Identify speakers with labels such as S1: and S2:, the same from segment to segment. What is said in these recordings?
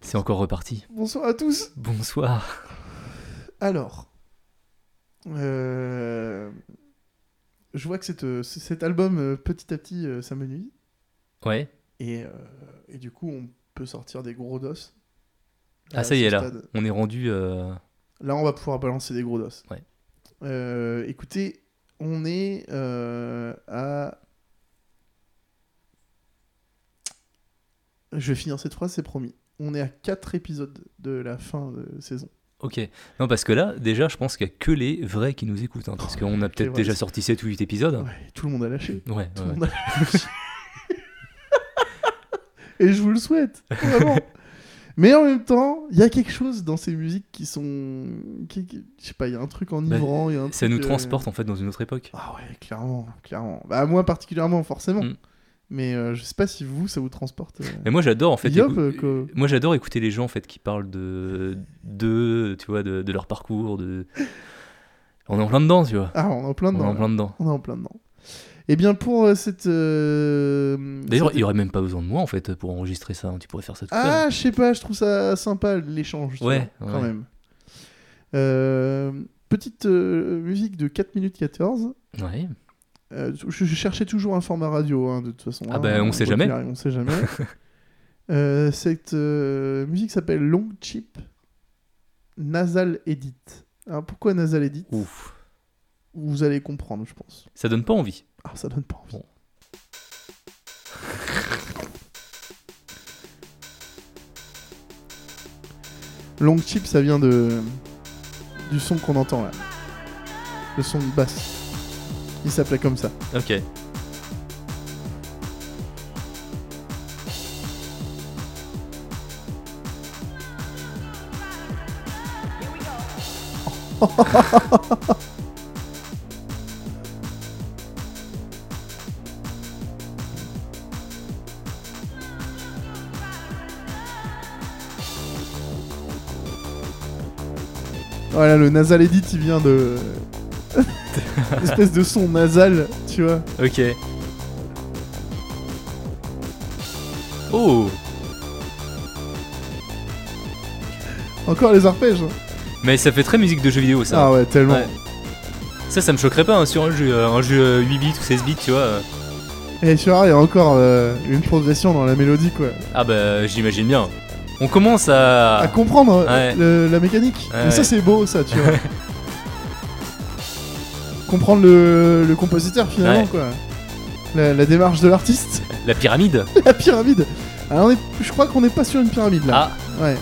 S1: C'est encore reparti.
S2: Bonsoir à tous.
S1: Bonsoir.
S2: Alors, euh, je vois que cette, euh, c- cet album, euh, petit à petit, euh, ça me nuit.
S1: Ouais.
S2: Et, euh, et du coup, on peut sortir des gros dos.
S1: Ah,
S2: à
S1: ça y
S2: ce
S1: est, là.
S2: stade.
S1: On est rendu. euh,
S2: Là, on va pouvoir balancer des gros dos.
S1: Ouais.
S2: Euh, écoutez, on est euh, à. Je vais finir cette phrase, c'est promis. On est à 4 épisodes de la fin de saison.
S1: Ok. Non, parce que là, déjà, je pense qu'il n'y a que les vrais qui nous écoutent. hein, parce
S2: Oh,
S1: qu'on a
S2: c'est
S1: peut-être
S2: vrai,
S1: déjà
S2: c'est-
S1: sorti 7 ou 8 épisodes.
S2: Ouais, tout le monde a lâché.
S1: Ouais. ouais,
S2: Tout le
S1: ouais.
S2: monde a lâché. Et je vous le souhaite, vraiment. Mais en même temps, il y a quelque chose dans ces musiques qui sont. qui- qui- Je sais pas, il y a un truc enivrant. il y a un
S1: Ça
S2: truc,
S1: nous
S2: euh,
S1: transporte en fait dans une autre époque.
S2: Ah ouais, clairement, clairement. Bah, moi particulièrement, forcément.
S1: Mm.
S2: Mais euh, je sais pas si vous, ça vous transporte. euh.
S1: Mais moi j'adore en fait.
S2: Yop,
S1: écou-
S2: euh, que-
S1: Moi j'adore écouter les gens en fait qui parlent de, de tu vois, de, de leur parcours, de. On est en plein dedans, tu vois.
S2: Ah, on est en plein
S1: On est
S2: dedans.
S1: en plein dedans.
S2: là. On est en plein dedans. Et bien pour euh, cette. euh,
S1: D'ailleurs,
S2: cette-
S1: il n'y aurait même pas besoin de moi en fait pour enregistrer ça. hein. Tu pourrais faire ça tout seul.
S2: Ah, je sais pas, je trouve ça sympa l'échange. tu
S1: Ouais,
S2: vois, quand
S1: ouais.
S2: même. Euh, petite euh, musique de 4 minutes 14.
S1: Ouais.
S2: Euh, je, je cherchais toujours un format radio, hein, de toute façon.
S1: Ah
S2: hein,
S1: bah, on
S2: quoi
S1: sait
S2: qu'il
S1: jamais.
S2: arrive, on sait jamais. Euh, cette euh, musique s'appelle Long Chip Nasal Edit. Alors pourquoi Nasal Edit
S1: Ouf.
S2: Vous allez comprendre, je pense.
S1: Ça donne pas envie.
S2: Ah, ça donne pas envie.
S1: Bon.
S2: Long chip, ça vient de du son qu'on entend là, le son de basse. Il s'appelait comme ça.
S1: Ok.
S2: Voilà, le nasal edit, il vient de espèce de son nasal, tu vois.
S1: Ok. Oh
S2: Encore les arpèges. hein.
S1: Mais ça fait très musique de jeu vidéo ça.
S2: Ah ouais, tellement.
S1: Ouais.
S2: Ah.
S1: Ça, ça me choquerait pas hein, sur un jeu, euh, un jeu euh, 8 bits ou 16 bits, tu vois. euh.
S2: Et Eh, tu vois, il y a encore euh, une progression dans la mélodie, quoi.
S1: Ah bah j'imagine bien. On commence à...
S2: à comprendre
S1: Ah.
S2: euh,
S1: Ouais.
S2: le- la mécanique.
S1: Ouais,
S2: Mais ça,
S1: ouais.
S2: c'est beau, ça, tu vois. comprendre le, le compositeur, finalement,
S1: Ouais.
S2: quoi. La, la démarche de l'artiste,
S1: la pyramide.
S2: la pyramide. Alors, on est- je crois qu'on n'est pas sur une pyramide, là.
S1: Ah,
S2: Ouais.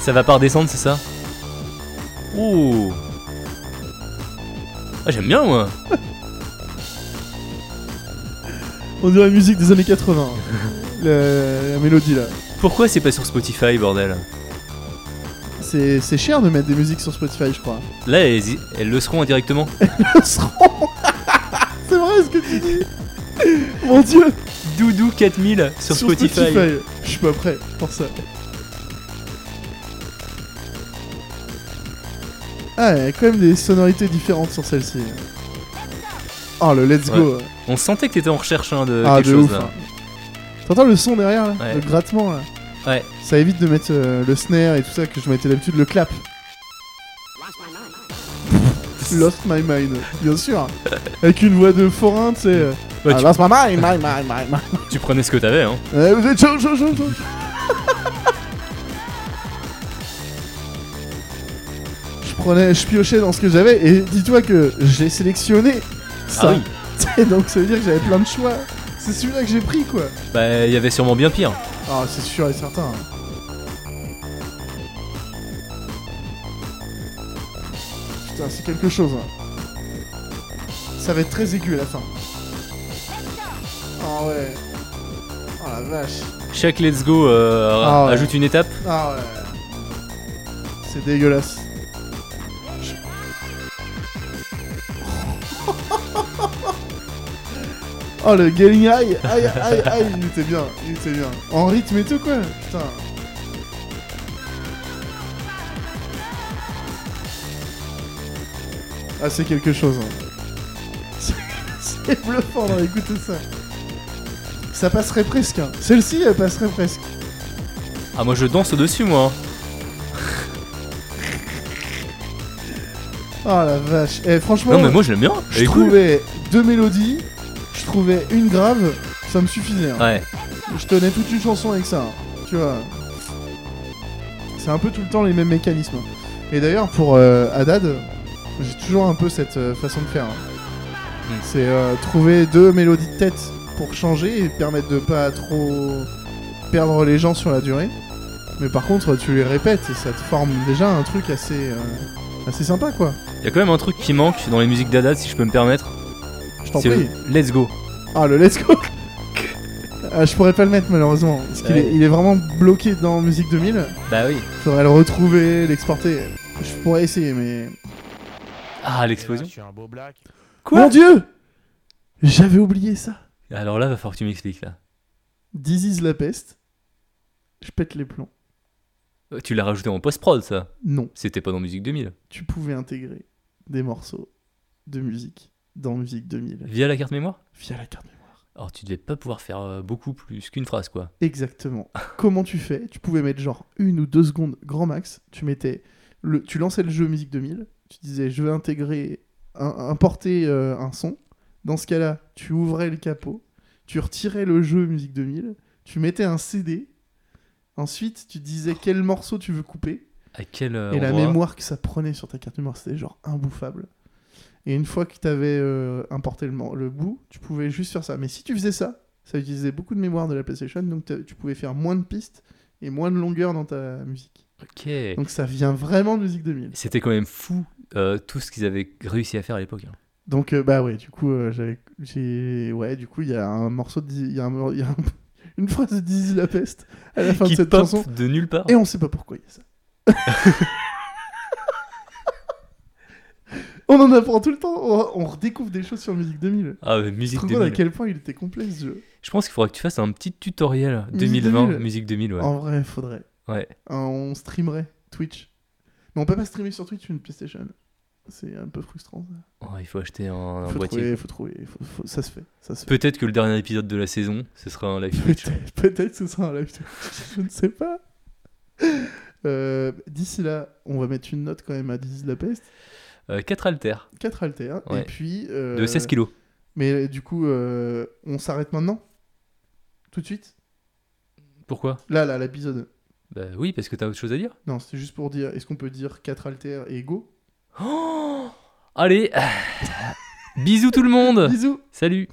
S1: ça va pas redescendre, c'est ça Ouh. Ah j'aime bien moi.
S2: On dirait la musique des années 80. la, la mélodie, là.
S1: Pourquoi c'est pas sur Spotify, bordel
S2: C'est c'est cher de mettre des musiques sur Spotify, je crois.
S1: Là, elles, y- elles le seront indirectement.
S2: c'est vrai ce que tu dis. Mon dieu.
S1: Doudou 4000 sur, Spotify.
S2: Je suis pas prêt pour ça. Ah, il y a quand même des sonorités différentes sur celle-ci. Oh, le let's go.
S1: On sentait que t'étais en recherche hein, de
S2: ah,
S1: quelque
S2: de
S1: chose
S2: ouf.
S1: là.
S2: hein. T'entends le son derrière, là
S1: Ouais.
S2: le grattement, là
S1: Ouais.
S2: Ça évite de mettre euh, le snare et tout ça que je mettais d'habitude, le clap. Lost my mind, bien sûr. Avec une voix de forain, tu sais. euh,
S1: Ouais,
S2: I
S1: tu-
S2: lost my mind, my mind, my mind.
S1: Tu prenais ce que t'avais, hein.
S2: Eh, vous êtes chaud, chaud, chaud, chaud. Je prenais, je piochais dans ce que j'avais et dis-toi que j'ai sélectionné ça.
S1: Ah oui.
S2: Et donc ça veut dire que j'avais plein de choix. C'est celui-là que j'ai pris quoi.
S1: Bah, il y avait sûrement bien pire.
S2: Ah, c'est sûr et certain. hein. Putain, c'est quelque chose. hein. Ça va être très aigu à la fin. Ah ouais. Oh la vache.
S1: Chaque Let's Go euh,
S2: Ah ouais.
S1: ajoute une étape.
S2: Ah ouais. C'est dégueulasse. Je- Oh le getting high, aïe aïe aïe, il était bien, il était bien. En rythme et tout quoi, putain. Ah c'est quelque chose. hein. C'est bluffant d'écouter ça. Ça passerait presque. hein. Celle-ci elle passerait presque.
S1: Ah, moi je danse au-dessus, moi. hein.
S2: Oh la vache. Eh, franchement,
S1: Non, mais moi je l'aime bien. Elle
S2: je
S1: est cool.
S2: trouvais deux mélodies, je trouvais une grave, ça me suffisait. hein.
S1: Ouais,
S2: Je tenais toute une chanson avec ça. hein. Tu vois. C'est un peu tout le temps les mêmes mécanismes. hein. Et d'ailleurs, pour euh, Haddad, j'ai toujours un peu cette euh, façon de faire. hein.
S1: Mm.
S2: C'est euh, trouver deux mélodies de tête pour changer et permettre de pas trop perdre les gens sur la durée. Mais par contre, tu les répètes et ça te forme déjà un truc assez, euh, assez sympa, quoi.
S1: il y a quand même un truc qui manque dans les musiques d'Adad, si je peux me permettre.
S2: Je t'en
S1: C'est
S2: prie.
S1: le Let's Go.
S2: Ah, le let's go Ah, Je pourrais pas le mettre malheureusement, parce qu'il
S1: Ouais.
S2: est, il est vraiment bloqué dans Musique 2000.
S1: Bah oui.
S2: Faudrait le retrouver, l'exporter. Je pourrais essayer, mais.
S1: Ah, l'explosion.
S2: Mon dieu J'avais oublié ça.
S1: Alors là, va falloir que tu m'expliques là.
S2: This is la peste. Je pète les plombs.
S1: Euh, Tu l'as rajouté en post-prod, ça.
S2: Non,
S1: C'était pas dans Musique 2000.
S2: tu pouvais intégrer des morceaux de musique dans Musique 2000
S1: Via la carte mémoire
S2: via la carte mémoire.
S1: Alors tu devais pas pouvoir faire euh, beaucoup plus qu'une phrase, quoi.
S2: Exactement. Comment tu fais Tu pouvais mettre genre une ou deux secondes grand max. Tu mettais le, tu lançais le jeu Musique 2000. Tu disais je veux intégrer, un- importer euh, un son. Dans ce cas-là, tu ouvrais le capot, tu retirais le jeu Musique 2000, tu mettais un CD. Ensuite, tu disais quel morceau tu veux couper
S1: À quel euh,
S2: et la
S1: endroit
S2: mémoire que ça prenait sur ta carte mémoire, c'était genre imbouffable. Et une fois que tu avais importé le, mo- le bout, tu pouvais juste faire ça. Mais si tu faisais ça, ça utilisait beaucoup de mémoire de la PlayStation, donc t'as- tu pouvais faire moins de pistes et moins de longueur dans ta musique.
S1: Ok.
S2: Donc ça vient vraiment de Musique 2000.
S1: C'était quand même fou euh, tout ce qu'ils avaient réussi à faire à l'époque. hein.
S2: Donc euh, bah ouais, du coup, euh, j'avais- j'ai... Ouais, du coup, il y a un morceau de... Il y a, un mor- il y a un- une phrase de Dizzy la peste à la fin
S1: Qui
S2: de cette
S1: pop
S2: chanson.
S1: de nulle part.
S2: Et on sait pas pourquoi il y a ça. on en apprend tout le temps, on, on redécouvre des choses sur Musique 2000.
S1: Ah, mais
S2: Je
S1: Musique
S2: te rends compte à
S1: 2000.
S2: quel point il était complet ce jeu.
S1: Je pense qu'il faudra que tu fasses un petit tutoriel
S2: Musique
S1: 2020,
S2: 2000.
S1: Musique 2000, ouais.
S2: En vrai, faudrait.
S1: Ouais.
S2: Hein, On streamerait Twitch. Mais on peut pas streamer sur Twitch une PlayStation. C'est un peu frustrant. ça.
S1: Oh, il faut acheter un, un
S2: faut,
S1: boîtier.
S2: trouver, faut trouver, faut- faut- ça se fait. Ça se fait.
S1: Peut-être que le dernier épisode de la saison, ce sera un live Twitch.
S2: Peut-être peut-être ce sera un live Twitch, je ne sais pas. Euh, D'ici là, on va mettre une note quand même à 10 la peste.
S1: 4 Euh, haltères
S2: 4 alters.
S1: Ouais.
S2: Et puis. euh,
S1: de 16 kilos.
S2: Mais euh, du coup, euh, on s'arrête maintenant Tout de suite
S1: Pourquoi
S2: Là, là, l'épisode.
S1: Bah oui, parce que t'as autre chose à dire.
S2: Non, c'était juste pour dire, est-ce qu'on peut dire 4 alters et go
S1: Oh Allez Bisous tout le monde
S2: Bisous
S1: Salut